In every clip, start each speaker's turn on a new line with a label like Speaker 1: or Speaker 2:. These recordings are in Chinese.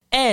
Speaker 1: 嘿，哎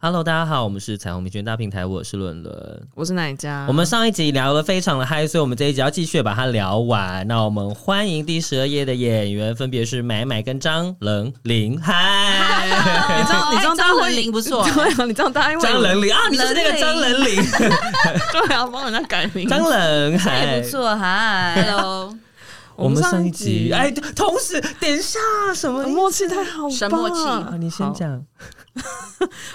Speaker 1: Hello，大家好，我们是彩虹民权大平台，我是伦伦。
Speaker 2: 我是哪一家？
Speaker 1: 我们上一集聊的非常的嗨，所以我们这一集要继续把它聊完。那我们欢迎第十二页的演员，分别是买买跟张冷林。嗨，
Speaker 2: 哎你知道，你知道大家会
Speaker 3: 张玲不错
Speaker 2: 对啊，你知道大家会
Speaker 1: 哎张冷林啊，你就是那个张
Speaker 3: 冷
Speaker 1: 冷林，
Speaker 2: 对啊，帮人家改名。啊
Speaker 1: 张冷
Speaker 3: 也
Speaker 1: 嗨
Speaker 3: 不。错，嗨，Hello，
Speaker 1: 我们上一集
Speaker 2: 哎，
Speaker 1: 哎，同时等一下什么意思
Speaker 2: 默契太好吧，
Speaker 3: 神默契
Speaker 1: 啊？你先
Speaker 2: 好
Speaker 1: 讲。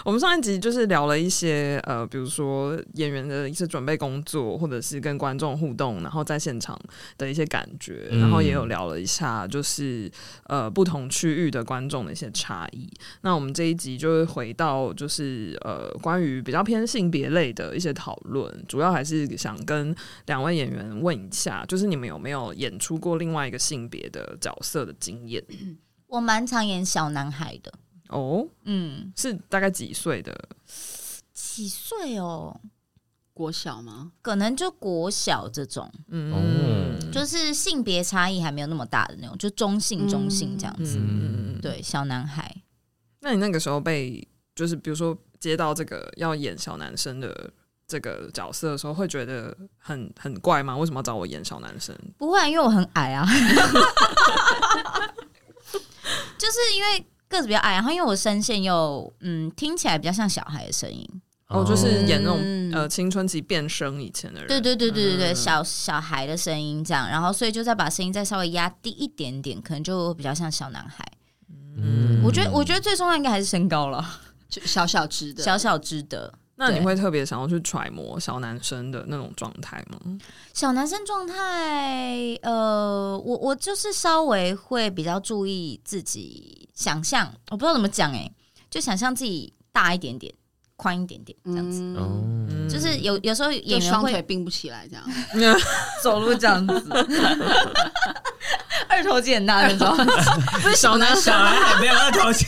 Speaker 2: 我们上一集就是聊了一些呃，比如说演员的一些准备工作，或者是跟观众互动，然后在现场的一些感觉，
Speaker 1: 嗯
Speaker 2: 然后也有聊了一下就是呃不同区域的观众的一些差异。那我们这一集就是回到就是呃关于比较偏性别类的一些讨论，主要还是想跟两位演员问一下，就是你们有没有演出过另外一个性别的角色的经验？
Speaker 3: 我蛮常演小男孩的，
Speaker 2: 哦，
Speaker 3: 嗯，
Speaker 2: 是大概几岁的？
Speaker 3: 几岁哦？
Speaker 4: 国小吗？
Speaker 3: 可能就国小这种，
Speaker 2: 嗯，
Speaker 3: 就是性别差异还没有那么大的那种，就中性中性这样子。
Speaker 2: 嗯，
Speaker 3: 对，小男孩，
Speaker 2: 那你那个时候被就是比如说接到这个要演小男生的这个角色的时候，会觉得很很怪吗？为什么要找我演小男生？
Speaker 3: 不会啊，因为我很矮啊， 就是因为个子比较矮，然后因为我声线又嗯听起来比较像小孩的声音，
Speaker 2: 哦，就是演那种、
Speaker 4: 嗯
Speaker 2: 呃青春期变声以前的人。
Speaker 3: 对对对对对对，
Speaker 2: 嗯
Speaker 3: 小小孩的声音这样，然后所以就再把声音再稍微压低一点点，可能就会比较像小男孩。
Speaker 1: 嗯
Speaker 3: 我觉得，我觉得最重要应该还是身高了，
Speaker 4: 就小小只的，
Speaker 3: 小小只的
Speaker 2: 那你
Speaker 3: 对
Speaker 2: 会特别想要去揣摩小男生的那种状态吗？
Speaker 3: 小男生状态。呃，我我就是稍微会比较注意自己想象，我不知道怎么讲哎、就想象自己大一点点，宽一点点这样子。
Speaker 4: 嗯，
Speaker 1: 哦，
Speaker 3: 就是有有时候演
Speaker 4: 就
Speaker 3: 员
Speaker 4: 双 腿
Speaker 3: 会
Speaker 4: 并不起来这样。
Speaker 3: 走路这样子，二头肌很大那种，
Speaker 2: 不是嗯小男
Speaker 1: 小孩还没 有二头肌，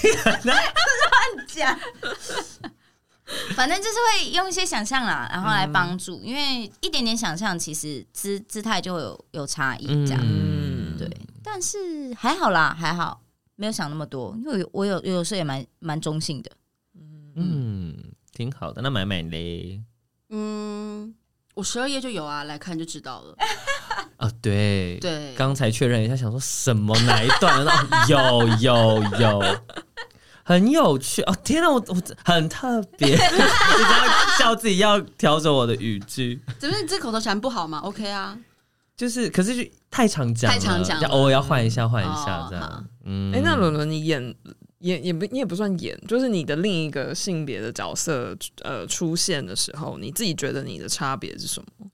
Speaker 3: 讲。 反正就是会用一些想象啦，然后来帮助，因为一点点想象，其实姿姿态就会有有差异这样。
Speaker 2: 嗯，
Speaker 3: 对，但是还好啦，还好没有想那么多，因为我有我有我有时候也蛮蛮中性的。
Speaker 1: 嗯，挺好的。那买买嘞？
Speaker 4: 嗯，我十二页就有啊，来看就知道了。
Speaker 1: 啊，对，
Speaker 4: 对，
Speaker 1: 刚才确认一下，想说什么哪一段？ 哦有有有，很有趣哦！天哪，我我很特 别，我只要叫自己要调整我的语句，
Speaker 4: 怎么你这口头禅不好吗？OK 啊，
Speaker 1: 就是可是就太常讲了，
Speaker 4: 太常讲了
Speaker 1: 要偶尔要换一下换一下
Speaker 4: 哦
Speaker 1: 这
Speaker 4: 好
Speaker 1: 样。嗯
Speaker 2: 哎、那伦伦，你演也也不你也不算演，就是你的另一个性别的角色呃出现的时候，你自己觉得你的差别是什么？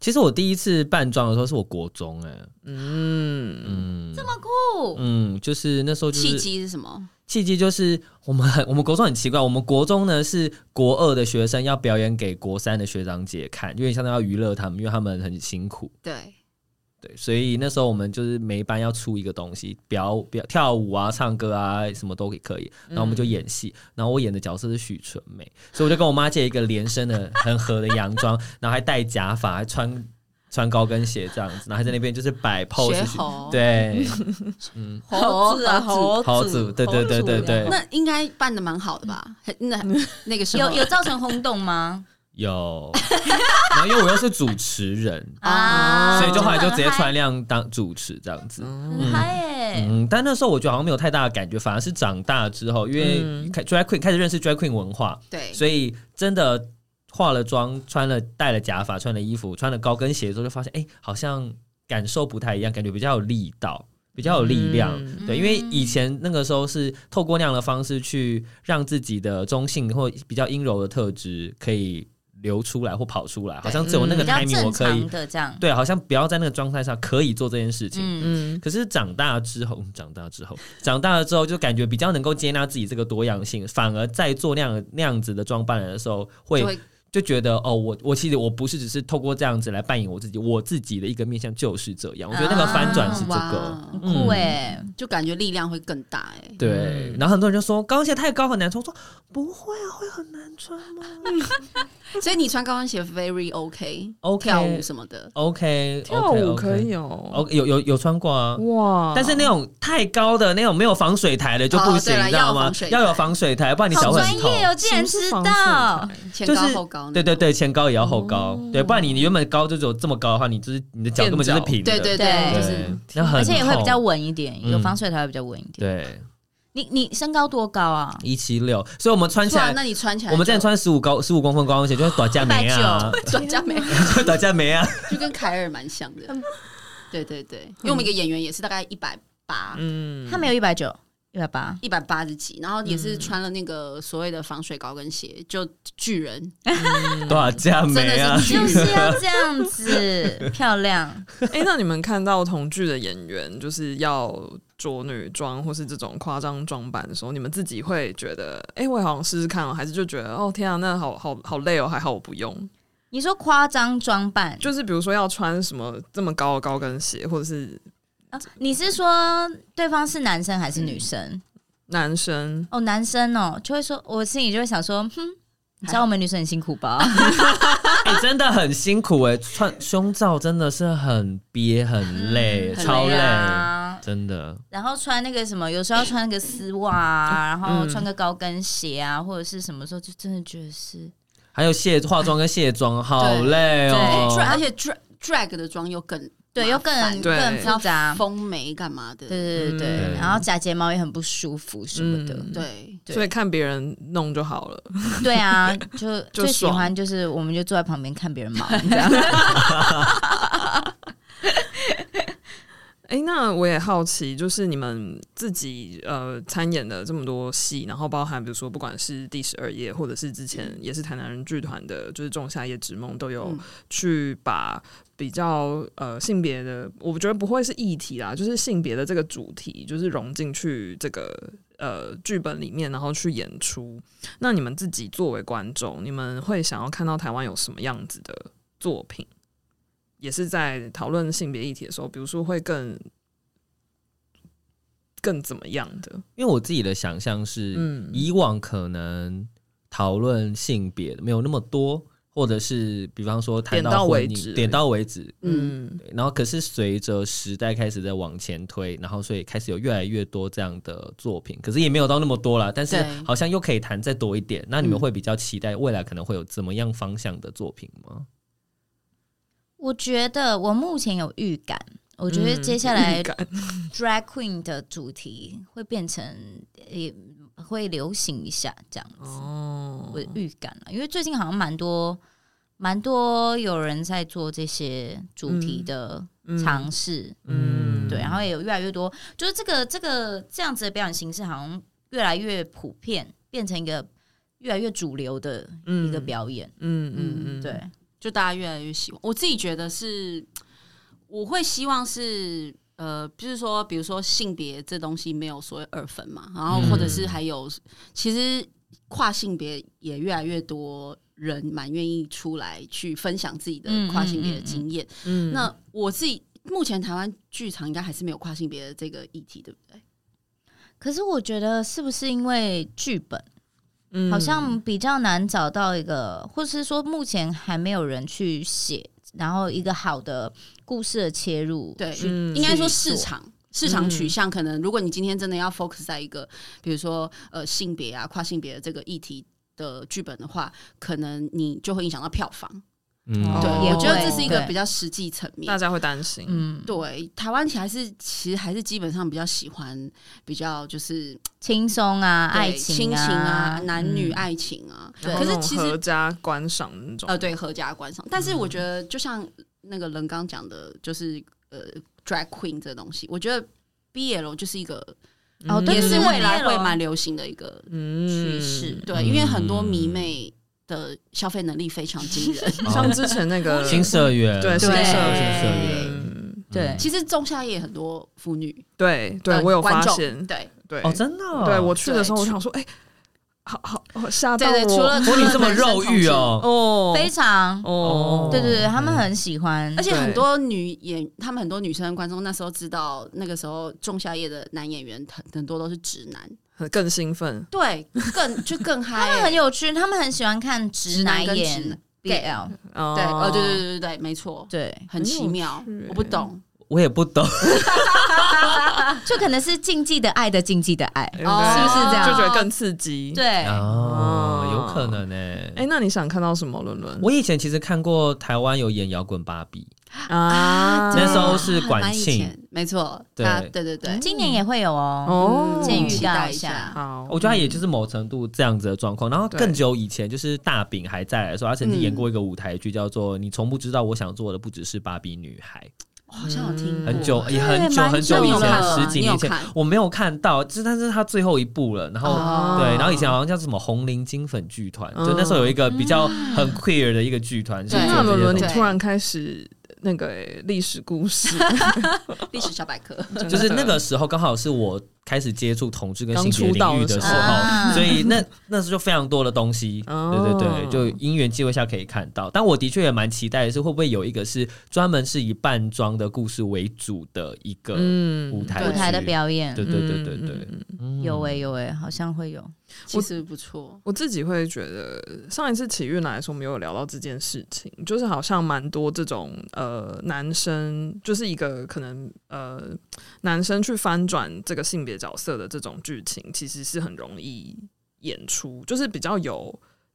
Speaker 1: 其实我第一次扮装的时候是我国中哎，
Speaker 2: 嗯，
Speaker 1: 嗯
Speaker 3: 这么酷，
Speaker 1: 嗯，就是那时候就是
Speaker 4: 契机是什么？
Speaker 1: 契机就是我们很我 们国中很奇怪，我们国中呢是国二的学生要表演给国三的学长姐看，因为相当于要娱乐他们，因为他们很辛苦，
Speaker 4: 对，
Speaker 1: 对，所以那时候我们就是每一班要出一个东西，表表跳舞啊、唱歌啊，什么都可以，然后我们就演戏，然后我演的角色是许纯美，所以我就跟我妈借一个连身的很合的洋装，然后还戴假发，还穿穿高跟鞋这样子，然后还在那边就是摆 pose，
Speaker 4: 学
Speaker 1: 去
Speaker 4: 猴
Speaker 1: 对，
Speaker 4: 猴子啊猴
Speaker 1: 猴子，对对对对对，
Speaker 4: 那应该办的蛮好的吧？很那那个时候
Speaker 3: 有有造成轰动 吗？
Speaker 1: 有， 然后因为我又是主持人，
Speaker 3: 啊，
Speaker 1: 所以就后来就直接
Speaker 3: 很嗨
Speaker 1: 穿，亮当主持这样子。
Speaker 3: 很嗨耶！
Speaker 1: 嗯，但那时候我觉得好像没有太大的感觉，反而是长大之后，因为开 drag queen 开始认识 drag queen 文化，
Speaker 4: 对，
Speaker 1: 所以真的化了妆、穿了戴了假发、穿了衣服、穿了高跟鞋之后，就发现哎、诶好像感受不太一样，感觉比较有力道，比较有力量。
Speaker 2: 嗯
Speaker 1: 对，因为以前那个时候是透过那样的方式去让自己的中性或比较阴柔的特质可以流出来或跑出来，好像只有那个
Speaker 3: 嗯比较
Speaker 1: timing 我
Speaker 3: 正
Speaker 1: 可以
Speaker 3: 常，的这样，
Speaker 1: 对，好像不要在那个状态上可以做这件事情。
Speaker 3: 嗯，
Speaker 2: 嗯
Speaker 1: 可是长大之后，嗯长大之后，长大了之后，就感觉比较能够接纳自己这个多样性，反而在做那样那样子的装扮的时候，
Speaker 4: 就
Speaker 1: 会
Speaker 4: 会
Speaker 1: 就觉得哦，我我其实我不是只是透过这样子来扮演我自己，我自己的一个面向就是这样。我觉得那个翻转是这个。
Speaker 4: 啊
Speaker 3: 很
Speaker 4: 哇
Speaker 3: 酷哎、
Speaker 1: 嗯
Speaker 4: 就感觉力量会更大哎、
Speaker 1: 对，然后很多人就说高跟鞋太高很难穿，我说不会啊，会很难穿吗
Speaker 4: 所以你穿高跟鞋 very OK，,
Speaker 1: OK
Speaker 4: 跳舞什么的，
Speaker 1: ？OK，
Speaker 2: 嗯跳舞可以哦，
Speaker 1: o 有有有穿过啊，
Speaker 2: 哇！
Speaker 1: 但是那种太高的那种没有防水台的就不行，
Speaker 4: 哦对啦
Speaker 1: 你知道
Speaker 4: 要有
Speaker 1: 吗
Speaker 4: 防？水台
Speaker 1: 要有防水台，不然你
Speaker 3: 好
Speaker 1: 脚会
Speaker 3: 专
Speaker 1: 很痛。
Speaker 3: 业哦，竟然
Speaker 2: 什么
Speaker 3: 知
Speaker 2: 是防水。
Speaker 3: 道
Speaker 2: 台
Speaker 4: 前
Speaker 1: 就
Speaker 4: 高
Speaker 1: 是
Speaker 4: 后高、
Speaker 1: 对对，对，前高也要后高，对，不然你原本高就只有这么高的话，你就是你的脚根本就是平的，
Speaker 4: 对对
Speaker 3: 对
Speaker 4: 对，
Speaker 1: 对
Speaker 4: 就是
Speaker 1: 那很
Speaker 3: 而且也会比较
Speaker 1: 痛
Speaker 3: 稳一点，
Speaker 1: 嗯
Speaker 3: 有防水台会比较稳一点。
Speaker 1: 对
Speaker 3: 你你身高多高啊？
Speaker 1: 一七六，所以我们穿起
Speaker 4: 突然
Speaker 1: 来，
Speaker 4: 那你穿起来就，
Speaker 1: 我们之前穿十五高十五公分高跟鞋就是短加眉啊，
Speaker 4: 转加美，
Speaker 1: 短加眉啊，
Speaker 4: 就跟凯尔蛮像
Speaker 3: 嗯
Speaker 4: 的。对对对，因为我们一个演员也是大概一百八。
Speaker 2: 嗯
Speaker 3: 他没有一百九，一百八。
Speaker 4: 一百八十几，然后也
Speaker 3: 嗯
Speaker 4: 是穿了那个所谓的防水高跟鞋，就巨人，
Speaker 1: 短加眉啊
Speaker 4: 真的，是
Speaker 3: 就是要这 样子，漂亮。
Speaker 2: 哎、那你们看到同剧的演员就是要着女装或是这种夸张装扮的时候，你们自己会觉得，哎、我也好想试试看哦，还是就觉得，哦天啊，那好好好累哦，还好我不用。
Speaker 3: 你说夸张装扮，
Speaker 2: 就是比如说要穿什么这么高的高跟鞋，或者是
Speaker 3: 啊你是说对方是男生还是女生？
Speaker 2: 男生，
Speaker 3: 哦，男生哦，就会说，我心里就会想说，哼，你知道我们女生很辛苦吧？
Speaker 1: 哎、真的很辛苦哎、穿胸罩真的是很憋
Speaker 2: 嗯
Speaker 1: 很累，
Speaker 4: 很
Speaker 1: 超
Speaker 3: 对
Speaker 1: 累，
Speaker 3: 啊。
Speaker 1: 真的。
Speaker 3: 然后穿那个什么，有时候要穿那个丝袜啊，然后
Speaker 2: 嗯
Speaker 3: 穿个高跟鞋啊，或者是什么时候，就真的觉得是
Speaker 1: 还有卸化妆跟卸妆，好累
Speaker 4: 哎
Speaker 1: 哦。
Speaker 4: drag- 而且 drag drag 的妆又更
Speaker 3: 对，又更
Speaker 2: 对
Speaker 3: 更复杂。
Speaker 4: 丰眉干嘛的，
Speaker 3: 对对对，
Speaker 1: 嗯
Speaker 3: 然后假睫毛也很不舒服什么的，
Speaker 2: 嗯
Speaker 4: 对
Speaker 3: 对
Speaker 2: 所以看别人弄就好了。
Speaker 3: 对啊，就
Speaker 2: 就
Speaker 3: 最喜
Speaker 2: 爽
Speaker 3: 欢就是我们就坐在旁边看别人忙，这样
Speaker 2: 哎、那我也好奇，就是你们自己呃参演的这么多戏，然后包含比如说不管是第十二夜，或者是之前也是台南人剧团的，就是《仲夏夜之梦》，都有
Speaker 4: 嗯
Speaker 2: 去把比较呃性别的，我觉得不会是议题啦，就是性别的这个主题，就是融进去这个呃剧本里面，然后去演出。那你们自己作为观众，你们会想要看到台湾有什么样子的作品？也是在讨论性别议题的时候，比如说会更更怎么样的？
Speaker 1: 因为我自己的想象是，
Speaker 2: 嗯
Speaker 1: 以往可能讨论性别没有那么多，或者是比方说谈
Speaker 2: 点到
Speaker 1: 婚
Speaker 2: 为
Speaker 1: 姻
Speaker 2: 止
Speaker 1: 点到为止。
Speaker 4: 嗯，
Speaker 2: 嗯
Speaker 1: 对然后可是随着时代开始在往前推，然后所以开始有越来越多这样的作品，可是也没有到那么多啦，但是
Speaker 4: 对
Speaker 1: 好像又可以谈再多一点。那你们
Speaker 4: 嗯
Speaker 1: 会比较期待未来可能会有怎么样方向的作品吗？
Speaker 3: 我觉得我目前有预感，我觉得接下来
Speaker 2: 嗯预感
Speaker 3: drag queen 的主题会变成也会流行一下这样子，
Speaker 2: 哦
Speaker 3: 我的预感了，因为最近好像蛮多蛮多有人在做这些主题的尝试，
Speaker 2: 嗯
Speaker 3: 对，然后也有越来越多，就是这个这个这样子的表演形式好像越来越普遍，变成一个越来越主流的一个表演，
Speaker 2: 嗯嗯嗯，
Speaker 3: 对。
Speaker 4: 就大家越来越喜欢。我自己觉得是，我会希望是呃，就是说，比如说性别这东西没有所谓二分嘛，然后
Speaker 1: 嗯
Speaker 4: 或者是还有，其实跨性别也越来越多。人蛮愿意出来去分享自己的
Speaker 3: 嗯
Speaker 4: 跨性别的经验。
Speaker 2: 嗯
Speaker 4: 那我自己目前台湾剧场应该还是没有跨性别的这个议题，对不对？
Speaker 3: 可是我觉得是不是因为剧本？
Speaker 2: 嗯
Speaker 3: 好像比较难找到一个，或是说目前还没有人去写，然后一个好的故事的切入，
Speaker 4: 对
Speaker 3: 去
Speaker 2: 嗯
Speaker 4: 应该说
Speaker 3: 去
Speaker 4: 市
Speaker 3: 做
Speaker 4: 场。市场取向可能，如果你今天真的要 focus 在一个，比如说呃性别啊、跨性别的这个议题的剧本的话，可能你就会影响到票房。
Speaker 1: 嗯，
Speaker 2: 哦
Speaker 4: 对，
Speaker 2: 也
Speaker 4: 我觉得
Speaker 2: 会
Speaker 4: 这是一个
Speaker 3: 对
Speaker 4: 比较实际层
Speaker 2: 大
Speaker 4: 面。
Speaker 2: 家会担心，
Speaker 3: 嗯，
Speaker 4: 对，台湾还是其实还是基本上比较喜欢比较就是
Speaker 3: 轻松啊，
Speaker 4: 对
Speaker 3: 爱情
Speaker 4: 亲情啊、男女
Speaker 3: 嗯
Speaker 4: 爱情啊。
Speaker 2: 然后
Speaker 4: 可
Speaker 2: 那
Speaker 3: 哦
Speaker 4: 是
Speaker 2: 种
Speaker 4: 其实
Speaker 2: 合嗯家观赏那种，
Speaker 4: 呃，对，合家观赏。但是我觉得，就像那个人刚讲的，就是呃，drag queen 这东西，我觉得 BL 就是一个、
Speaker 2: 嗯，
Speaker 3: 哦对
Speaker 4: 也
Speaker 3: 对
Speaker 4: 是
Speaker 3: 对
Speaker 4: 未来
Speaker 3: BL
Speaker 4: 会蛮流行的一个
Speaker 2: 趋
Speaker 3: 趋
Speaker 1: 嗯
Speaker 3: 势
Speaker 4: 对，因为很多迷妹的消费能力非常 惊人。
Speaker 2: 像之前那个
Speaker 1: 新社员，
Speaker 2: 对新
Speaker 4: 对
Speaker 2: 社
Speaker 1: 新社员，
Speaker 2: 嗯，
Speaker 3: 对，
Speaker 4: 其实仲夏夜很多腐女，
Speaker 2: 对对
Speaker 4: 呃，
Speaker 2: 我有
Speaker 4: 观
Speaker 2: 发
Speaker 4: 众
Speaker 2: 现，
Speaker 4: 对
Speaker 2: 对
Speaker 1: 哦，真的哦，
Speaker 2: 对我去的时候，
Speaker 4: 对
Speaker 2: 我想说，哎，好好好吓到
Speaker 3: 对
Speaker 2: 我。
Speaker 3: 对，除了除
Speaker 1: 哦，
Speaker 3: 了
Speaker 1: 你这 么
Speaker 3: 男生
Speaker 1: 肉
Speaker 3: 同
Speaker 1: 欲
Speaker 3: 志，
Speaker 1: 哦，
Speaker 2: 哦
Speaker 3: 非常，
Speaker 2: 哦，
Speaker 3: 对对对，他们很喜欢，
Speaker 4: 而且
Speaker 2: 对
Speaker 4: 很多女演，他们很多女生观众那时候知道，那个时候仲夏夜的男演员很很多都是直男，
Speaker 2: 很更兴奋。
Speaker 4: 对，更就更嗨、
Speaker 3: 他们很有趣，他们很喜欢看直
Speaker 4: 直男
Speaker 3: 男
Speaker 4: 跟直
Speaker 3: 演
Speaker 4: 男
Speaker 3: BL，
Speaker 2: 哦
Speaker 4: 对，呃，对对对对对，没
Speaker 1: 嗯
Speaker 4: 错，
Speaker 3: 对，
Speaker 4: 很奇妙
Speaker 2: 很有趣，
Speaker 4: 我不懂，
Speaker 1: 我也不懂，
Speaker 3: 就可能是禁忌的爱的禁忌的爱，
Speaker 2: 对
Speaker 4: 哦
Speaker 3: 是不是这样
Speaker 2: 就觉得更刺激。，
Speaker 3: 对，
Speaker 1: 哦，有可能呢、
Speaker 2: 哎、那你想看到什么，伦伦？
Speaker 1: 我以前其实看过台湾有演摇滚芭比，
Speaker 2: 啊
Speaker 1: 那时候是管
Speaker 4: 蛮以
Speaker 1: 庆
Speaker 4: 前，没错，
Speaker 1: 对嗯
Speaker 4: 他对对对，
Speaker 3: 今年也会有哦，
Speaker 2: 哦，
Speaker 3: 先
Speaker 4: 监
Speaker 3: 预
Speaker 4: 狱
Speaker 3: 告
Speaker 4: 待
Speaker 3: 一下
Speaker 2: 好，
Speaker 1: 我觉得他也就是某程度这样子的状况。然后
Speaker 2: 对
Speaker 1: 更久以前，就是大饼还在的时候，他曾经演过一个舞台剧，叫做《你从不知道我想做的不只是芭比女孩
Speaker 4: 我好像有听》，过，
Speaker 1: 嗯很久也
Speaker 3: 对
Speaker 1: 很久
Speaker 3: 蛮
Speaker 1: 很久
Speaker 4: 嗯久
Speaker 1: 以前
Speaker 4: 了
Speaker 1: 了，十几
Speaker 4: 你有
Speaker 1: 年前
Speaker 4: 看
Speaker 1: 我没有看到，就是但是他最后一部了。然后
Speaker 4: 哦
Speaker 1: 对，然后以前好像叫什么红林金粉剧团，
Speaker 2: 嗯
Speaker 1: 就那时候有一个比较很 queer 的一个剧团，是
Speaker 4: 对
Speaker 1: 做
Speaker 2: 那伦
Speaker 1: 这些
Speaker 2: 伦，你
Speaker 1: 东西
Speaker 2: 突然开始那个欸历史故事，
Speaker 4: 历史小百科，
Speaker 1: 就是那个时候刚好是我开始接触同志跟性别
Speaker 2: 刚出道
Speaker 1: 领域
Speaker 2: 的
Speaker 1: 的
Speaker 2: 时
Speaker 1: 时
Speaker 2: 候
Speaker 1: 候，
Speaker 3: 啊
Speaker 1: 所以那那时候就非常多的东西，
Speaker 2: 哦
Speaker 1: 对对对，就因缘际会下可以看到。但我的确也蛮期待的是，会不会有一个是专门是以扮装的故事为主的一个
Speaker 2: 嗯
Speaker 1: 舞台
Speaker 4: 对
Speaker 3: 舞台的
Speaker 1: 剧
Speaker 3: 表演
Speaker 1: 对，对对对
Speaker 2: 嗯
Speaker 1: 对，
Speaker 2: 嗯嗯
Speaker 1: 嗯
Speaker 3: 有欸诶有诶，好像会有，
Speaker 4: 其实不错，
Speaker 2: 我自己会觉得，上一次体育来的时候，我们有聊到这件事情，就是好像蛮多这种呃男生，就是一个可能呃男生去翻转这个性别角色的这种剧情，其实是很容易演出，就是比较有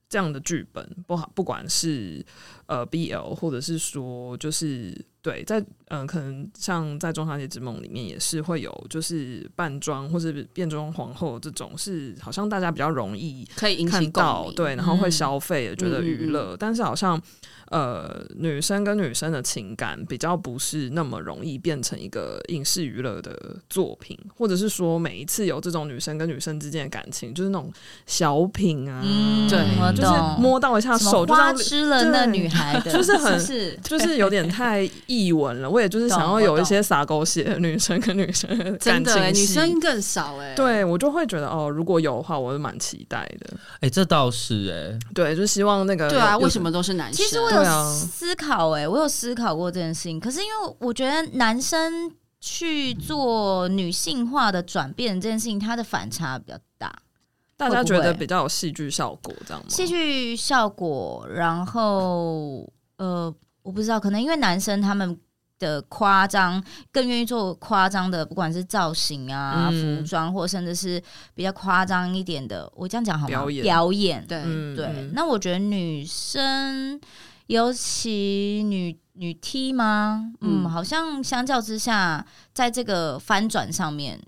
Speaker 2: 这样的剧本，不好，不管是呃 BL 或者是说就是对，在嗯、呃可能像在《中小姐之梦》里面也是会有，就是扮装或是变装皇后这种，是好像大家比较容易。
Speaker 4: 可以引起
Speaker 2: 看
Speaker 4: 共
Speaker 2: 到
Speaker 4: 鸣，
Speaker 2: 对，然后会
Speaker 3: 嗯
Speaker 2: 消费，觉得娱乐，但是好像呃，女生跟女生的情感比较不是那么容易变成一个影视娱乐的作品，或者是说每一次有这种女生跟女生之间的感情，就是那种小品啊，
Speaker 3: 嗯，
Speaker 4: 对
Speaker 3: 我
Speaker 2: 就是
Speaker 3: 懂，
Speaker 2: 摸到一下
Speaker 3: 什么
Speaker 2: 手就
Speaker 3: 花
Speaker 2: 让。
Speaker 3: 痴了那女孩 的，
Speaker 2: 就是很
Speaker 3: 是不是
Speaker 2: 就是有点太译文了，我也就是想
Speaker 3: 懂
Speaker 2: 要
Speaker 3: 我
Speaker 2: 有一
Speaker 3: 懂
Speaker 2: 些撒狗血的女生跟女生的
Speaker 4: 真
Speaker 2: 感
Speaker 4: 的欸，
Speaker 2: 情
Speaker 4: 女
Speaker 2: 戏
Speaker 4: 生更少哎，，
Speaker 2: 对我就会觉得哦，如果有的话，我是蛮期待的。
Speaker 1: 哎，这倒是哎，
Speaker 2: 对，就希望那个
Speaker 4: 对啊，
Speaker 2: 有
Speaker 4: 为什么都是男生？
Speaker 3: 其实我
Speaker 2: 对
Speaker 3: 有
Speaker 2: 啊
Speaker 3: 思考哎、我有思考过这件事情，可是因为我觉得男生去做女性化的转变这件事情，它的反差比较大，
Speaker 2: 大家觉
Speaker 3: 会
Speaker 2: 得
Speaker 3: 不会
Speaker 2: 比较有戏剧效果这样吗？
Speaker 3: 戏剧效果，然后呃，我不知道，可能因为男生他们。的夸张更愿意做夸张的，不管是造型啊、
Speaker 2: 嗯
Speaker 3: 服装，或甚至是比较夸张一点的，我这样讲好吗？
Speaker 2: 表演
Speaker 3: 表演
Speaker 4: 对，
Speaker 2: 嗯
Speaker 3: 对，
Speaker 2: 嗯
Speaker 3: 那我觉得女生，尤其女女 T 吗？嗯，
Speaker 4: 嗯
Speaker 3: 好像相较之下，在这个翻转上面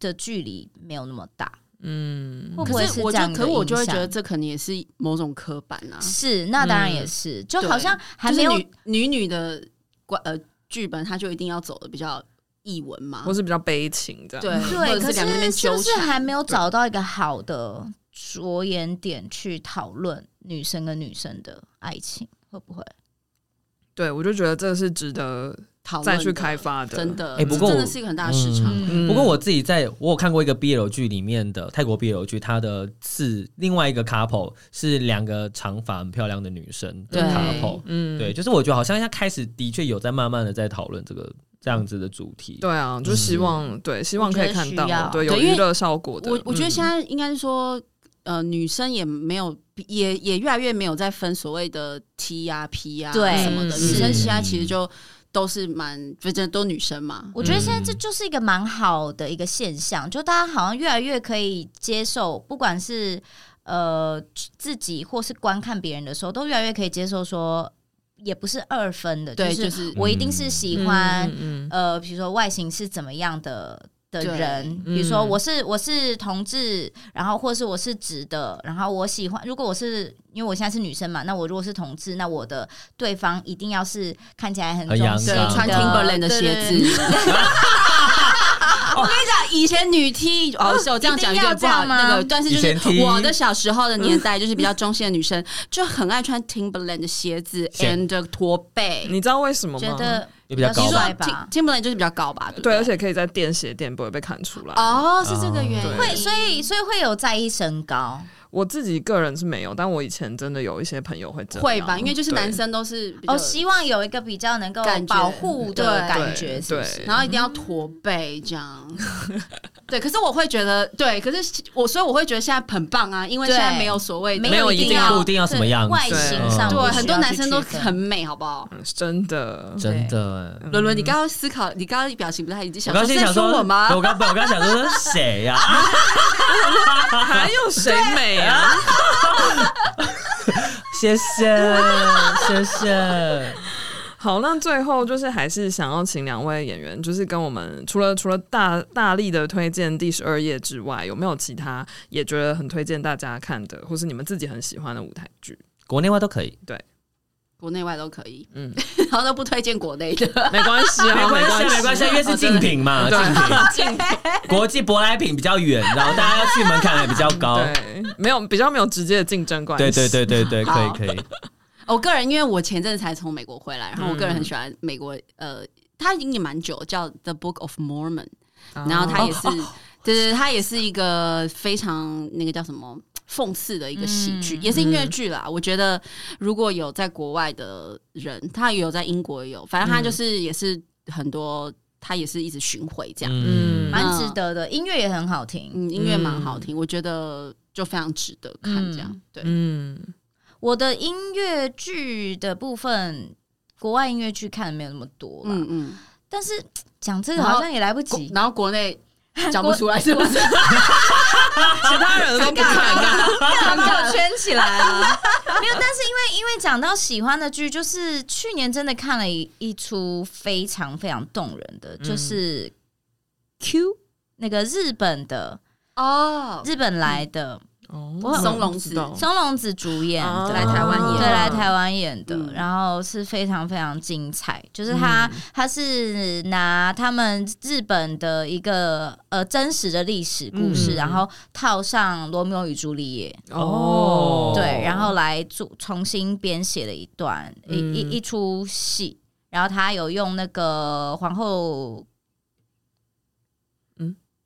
Speaker 3: 的距离没有那么大，
Speaker 2: 嗯
Speaker 3: 会不
Speaker 4: 可
Speaker 3: 会
Speaker 4: 是
Speaker 3: 是
Speaker 4: 我
Speaker 3: 这
Speaker 4: 就
Speaker 3: 样
Speaker 4: 可
Speaker 3: 的
Speaker 4: 是我
Speaker 3: 影
Speaker 4: 就会觉得
Speaker 3: 响
Speaker 4: 这可能也是某种刻板啊，
Speaker 3: 是，那当然也是，就好像还
Speaker 4: 就
Speaker 3: 没
Speaker 4: 是
Speaker 3: 有。
Speaker 4: 女女女的关呃剧本，她就一定要走的比较译文嘛
Speaker 2: 或，是比较悲情这样。
Speaker 4: 对或
Speaker 3: 对，可
Speaker 4: 者是两个那边
Speaker 3: 是是
Speaker 4: 纠
Speaker 3: 不是
Speaker 4: 缠，
Speaker 3: 还没有找到一个好的着眼点去讨论女生跟女生的爱情？会不会？
Speaker 2: 对，我就觉得这是值得
Speaker 4: 讨
Speaker 2: 再
Speaker 4: 论
Speaker 2: 去
Speaker 4: 的
Speaker 2: 开发的。
Speaker 4: 真的，
Speaker 1: 哎不
Speaker 4: 这
Speaker 1: 过
Speaker 4: 真
Speaker 1: 我
Speaker 4: 的是一个很大的市场。
Speaker 3: 嗯，
Speaker 2: 嗯，
Speaker 1: 不过我自己在我有看过一个 BL 剧里面的泰国 BL 剧，它的是另外一个 couple 是两个长发很漂亮的女生的
Speaker 4: 对
Speaker 1: couple，
Speaker 2: 嗯
Speaker 1: 对，就是我觉得好像他开始的确有在慢慢的在讨论这个这样子的主题。
Speaker 2: 对啊，就
Speaker 1: 嗯
Speaker 2: 希望对，希望可以看
Speaker 3: 我觉得需
Speaker 2: 到
Speaker 3: 要
Speaker 2: 对有
Speaker 4: 对因
Speaker 2: 娱
Speaker 4: 为
Speaker 2: 乐效果的。嗯
Speaker 4: 我我觉得现嗯
Speaker 2: 在
Speaker 4: 在应该是说，呃，女生也没有，也也越来越没有在分所谓的 T 啊、P 啊
Speaker 3: 对
Speaker 4: 什么的，
Speaker 2: 嗯
Speaker 4: 女生
Speaker 1: 是
Speaker 4: 现在其实就都是蛮，反正都女生嘛。
Speaker 3: 我觉得现在这就是一个蛮好的一个现象，就大家好像越来越可以接受，不管是呃自己或是观看别人的时候，都越来越可以接受说，也不是二分的，
Speaker 4: 对，
Speaker 3: 就
Speaker 4: 就是是
Speaker 3: 我一定是喜欢、
Speaker 2: 嗯嗯
Speaker 3: 呃，比如说外形是怎么样的。的
Speaker 4: 对
Speaker 3: 人，比如说
Speaker 2: 嗯
Speaker 3: 我是我是同志，然后或是我是直的，然后我喜欢，如果我是因为我现在是女生嘛，那我如果是同志，那我的对方一定要是看起来很
Speaker 1: 很
Speaker 3: 中
Speaker 1: 阳
Speaker 3: 性
Speaker 4: 对
Speaker 1: 刚
Speaker 3: 的，
Speaker 1: 刚
Speaker 4: 穿 Timberland 的鞋
Speaker 3: 对
Speaker 4: 子。 我跟你讲，以前女 T 哦，是我这样讲
Speaker 3: 一
Speaker 4: 有
Speaker 3: 定要
Speaker 4: 点不好
Speaker 3: 这样吗
Speaker 4: 那个，但是就
Speaker 1: 以前 T
Speaker 4: 是我的小时候的年代，就是比较中性的女生，就很爱穿 Timberland 的鞋子
Speaker 1: 鞋
Speaker 4: and 驼背。
Speaker 2: 嗯你知道为什么
Speaker 3: 觉
Speaker 2: 吗？
Speaker 3: 得
Speaker 1: 也比较
Speaker 3: 比
Speaker 1: 高
Speaker 3: 如
Speaker 4: 你
Speaker 3: 说
Speaker 1: 吧。
Speaker 3: 帅
Speaker 4: 说
Speaker 3: 吧
Speaker 4: Tim- Timberland 就是比较高吧？对不
Speaker 2: 对，
Speaker 4: 对，
Speaker 2: 而且可以在电鞋店不会被看出来。
Speaker 4: 哦，是这个原
Speaker 2: 哦对
Speaker 4: 因，
Speaker 3: 嗯会，所以所以会有在意身高，
Speaker 2: 我自己个人是没有，但我以前真的有一些朋友会这样，
Speaker 4: 会吧？因为就是
Speaker 2: 对
Speaker 4: 男生都是比较
Speaker 3: 哦，希望有一个比较能够
Speaker 4: 感觉
Speaker 3: 保护的
Speaker 4: 对
Speaker 3: 感觉，
Speaker 2: 对
Speaker 3: 是不是？
Speaker 2: 对
Speaker 4: 然后一定要驼背这样。对，可是我会觉得，对，可是我所以我会觉得现在很棒啊，因为
Speaker 3: 对
Speaker 4: 现在没有所谓的
Speaker 1: 没有一
Speaker 4: 一
Speaker 1: 定
Speaker 4: 要
Speaker 1: 固定要什么样子
Speaker 3: 对外形上
Speaker 1: 嗯
Speaker 3: 不需
Speaker 4: 对，
Speaker 3: 要去区分，
Speaker 4: 很多男生都很美，好不好？
Speaker 2: 嗯真的，
Speaker 1: 真的欸。
Speaker 4: 伦伦，你刚刚思考，你刚刚表情不太一致，
Speaker 1: 我
Speaker 4: 想
Speaker 1: 刚
Speaker 4: 说
Speaker 1: 先
Speaker 4: 是在
Speaker 1: 想说嗯
Speaker 4: 说我吗
Speaker 1: 对？ 我刚我刚想说是谁呀？
Speaker 2: 还有谁美啊？
Speaker 1: 谢谢谢谢。
Speaker 2: 好，那最后就是还是想要请两位演员，就是跟我们除了除了大大力的推荐第十二页之外，有没有其他也觉得很推荐大家看的，或是你们自己很喜欢的舞台剧？
Speaker 1: 国内外都可以，
Speaker 4: 国内外都可以，
Speaker 2: 嗯，
Speaker 4: 然后都不推荐国内的。
Speaker 2: 没关系啊，
Speaker 1: 没关系啊，没关系啊，因为是竞品嘛，竞品
Speaker 2: 对，竞品
Speaker 1: 国际舶来品比较远，然后大家要去门槛也比较高。
Speaker 2: 对，没有比较没有直接的竞争关系。
Speaker 1: 对对对对对，可以
Speaker 4: 好
Speaker 1: 可以。
Speaker 4: 我个人因为我前阵子才从美国回来，然后我个人很喜欢美国，呃，它已经也蛮久，叫《The Book of Mormon》，
Speaker 2: 哦，
Speaker 4: 然后它也是， 对对，对它也是一个非常那个叫什么讽刺的一个喜剧，
Speaker 3: 嗯
Speaker 4: 也是音乐剧啦。我觉得如果有在国外的人，他也有在英国也有，反
Speaker 3: 嗯
Speaker 4: 正他就是也是很多，他也是一直巡回这样。
Speaker 1: 嗯，
Speaker 3: 蛮值得的，音乐也很好听。
Speaker 4: 嗯，音乐蛮好听，我觉得就非常值得看这样。对，
Speaker 2: 嗯，
Speaker 3: 我的音乐剧的部分，国外音乐剧看的没有那么多啦，
Speaker 4: 嗯嗯，
Speaker 3: 但是讲这个
Speaker 4: 然后
Speaker 3: 好像也来不
Speaker 4: 国
Speaker 3: 及。
Speaker 4: 然后国内讲不出来是不是？
Speaker 2: 其他人都不看，
Speaker 3: 干嘛把我圈起来啊？ 没有，但是因为因为讲到喜欢的剧，就是去年真的看了一一出非常非常动人的，
Speaker 1: 嗯
Speaker 3: 就是《Q》那个日本的
Speaker 4: 哦，
Speaker 3: 日本来的
Speaker 2: 哦
Speaker 4: 松隆子
Speaker 2: 知道
Speaker 3: 松隆子主演
Speaker 2: 哦
Speaker 3: 的，
Speaker 4: 来台湾演
Speaker 3: 对，来台湾演的，
Speaker 4: 嗯
Speaker 3: 然后是非常非常精彩，就是他、他是拿他们日本的一个呃真实的历史故
Speaker 2: 嗯
Speaker 3: 事，然后套上罗密欧与朱丽叶，
Speaker 1: 哦
Speaker 3: 对，然后来做重新编写了一段、
Speaker 2: 嗯
Speaker 3: 一一一出戏，然后他有用那个皇后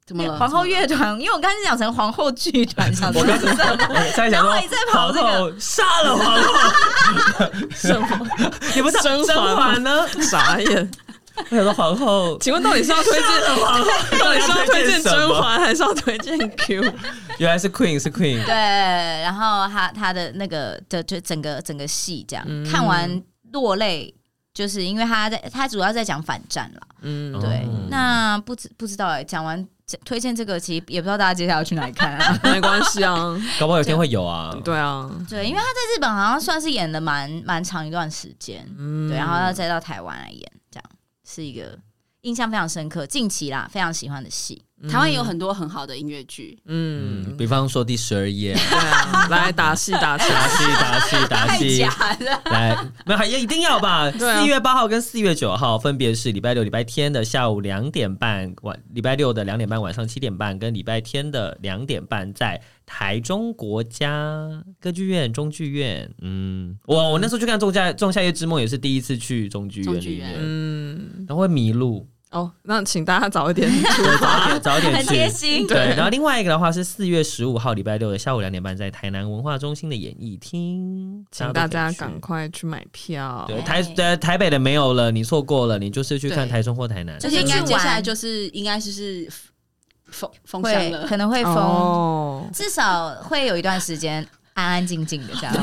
Speaker 4: 怎么了？
Speaker 3: 皇后乐团，因为我刚才讲成皇后剧团，想说
Speaker 1: 我刚
Speaker 3: 是什么？
Speaker 1: 我在想说
Speaker 3: 然后你再，跑
Speaker 1: 皇
Speaker 3: 这个
Speaker 1: 后杀了皇后，
Speaker 2: 什么
Speaker 1: 也不是
Speaker 2: 甄
Speaker 1: 甄
Speaker 2: 嬛
Speaker 1: 嬛呢？
Speaker 2: 傻眼？
Speaker 1: 我想说皇后，
Speaker 2: 请问到底是要推荐
Speaker 1: 皇后
Speaker 2: 到底是要推荐
Speaker 1: 什
Speaker 2: 甄
Speaker 1: 么？
Speaker 2: 嬛，还是要推荐 Q？
Speaker 1: 原来是 Queen 是 Queen，
Speaker 3: 对，然后他他的那个的就整个整个戏这样、
Speaker 2: 嗯
Speaker 3: 看完落泪，就是因为他在他主要在讲反战啦。
Speaker 2: 嗯，
Speaker 3: 对，
Speaker 1: 哦
Speaker 3: 那不知不知道哎、讲完这推荐这个，其实也不知道大家接下来要去哪里看 啊。
Speaker 2: 没关系啊，
Speaker 1: 搞不好有一天会有啊。
Speaker 2: 对啊，
Speaker 3: 对，因为他在日本好像算是演的蛮蛮长一段时间，
Speaker 2: 嗯，
Speaker 3: 对，然啊后他再到台湾来演，这样是一个印象非常深刻，近期啦非常喜欢的戏。
Speaker 4: 台湾也有很多很好的音乐剧，
Speaker 1: 嗯，
Speaker 2: 嗯，
Speaker 1: 比方说第十二页，
Speaker 2: 对啊，来打戏打戏，
Speaker 1: 打戏打 戏打戏，
Speaker 4: 了。
Speaker 1: 来，没有还一定要吧？
Speaker 2: 对啊
Speaker 1: 四月八号跟四月九号分别是礼拜六、礼拜天的下午两点半晚，礼拜六的两点半晚上七点半，跟礼拜天的两点半在台中国家歌剧院、中剧院。嗯，我我那时候去看《仲夏仲夏夜之梦》，也是第一次去中剧院
Speaker 4: 中剧
Speaker 1: 里
Speaker 4: 院
Speaker 1: 面，
Speaker 2: 嗯，
Speaker 1: 然后会迷路，
Speaker 2: 哦，那请大家 早一点出
Speaker 1: 对，
Speaker 2: 发，
Speaker 1: 早点早点
Speaker 3: 很
Speaker 1: 去，
Speaker 3: 贴心，
Speaker 1: 对，然后另外一个的话是四月十五号礼拜六的下午两点半，在台南文化中心的演艺厅，
Speaker 2: 请大
Speaker 1: 都可
Speaker 2: 家
Speaker 1: 以去
Speaker 2: 赶快去买票，
Speaker 1: 对
Speaker 3: 哎
Speaker 1: 台对台北的没有了，你错过了，你就是去看
Speaker 4: 对
Speaker 1: 台中或台南。
Speaker 4: 这
Speaker 3: 就是
Speaker 4: 些剧
Speaker 3: 去玩
Speaker 4: 接下来就是应该就是封封箱
Speaker 3: 会
Speaker 4: 了。
Speaker 3: 可能会封，
Speaker 2: 哦，
Speaker 3: 至少会有一段时间安安静静的 这样。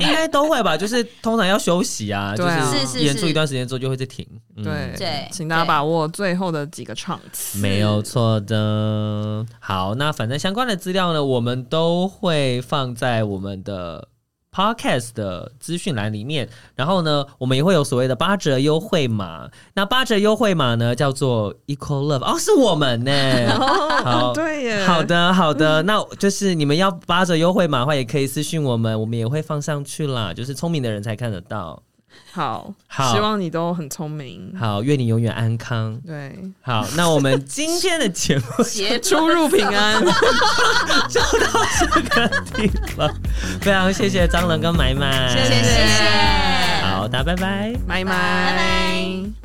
Speaker 1: 应该都会吧，就是通常要休息啊，就
Speaker 2: 对啊
Speaker 3: 是是
Speaker 1: 演出一段时间之后就会再停。嗯
Speaker 2: 对
Speaker 3: 对
Speaker 2: 请大家把握最后的几个场次，
Speaker 1: 没有错的。好，那反正相关的资料呢，我们都会放在我们的 podcast 的资讯栏里面。然后呢，我们也会有所谓的八折优惠码。那八折优惠码呢，叫做 Equal Love，哦，是我们呢、好。
Speaker 2: 哦对耶，
Speaker 1: 好，的，好的，那就是你们要八折优惠码的话，也可以私信我们，我们也会放上去啦。就是聪明的人才看得到。
Speaker 2: 好，
Speaker 1: 好
Speaker 2: 希望你都很聪明，
Speaker 1: 好，愿你永远安康。
Speaker 2: 对，
Speaker 1: 好，那我们今天的节目
Speaker 4: 结
Speaker 2: 出入平安。
Speaker 1: 这个地方。非常谢谢张伦跟埋埋，
Speaker 3: 谢谢。
Speaker 1: 好，大家拜拜。
Speaker 2: 拜拜。
Speaker 3: 拜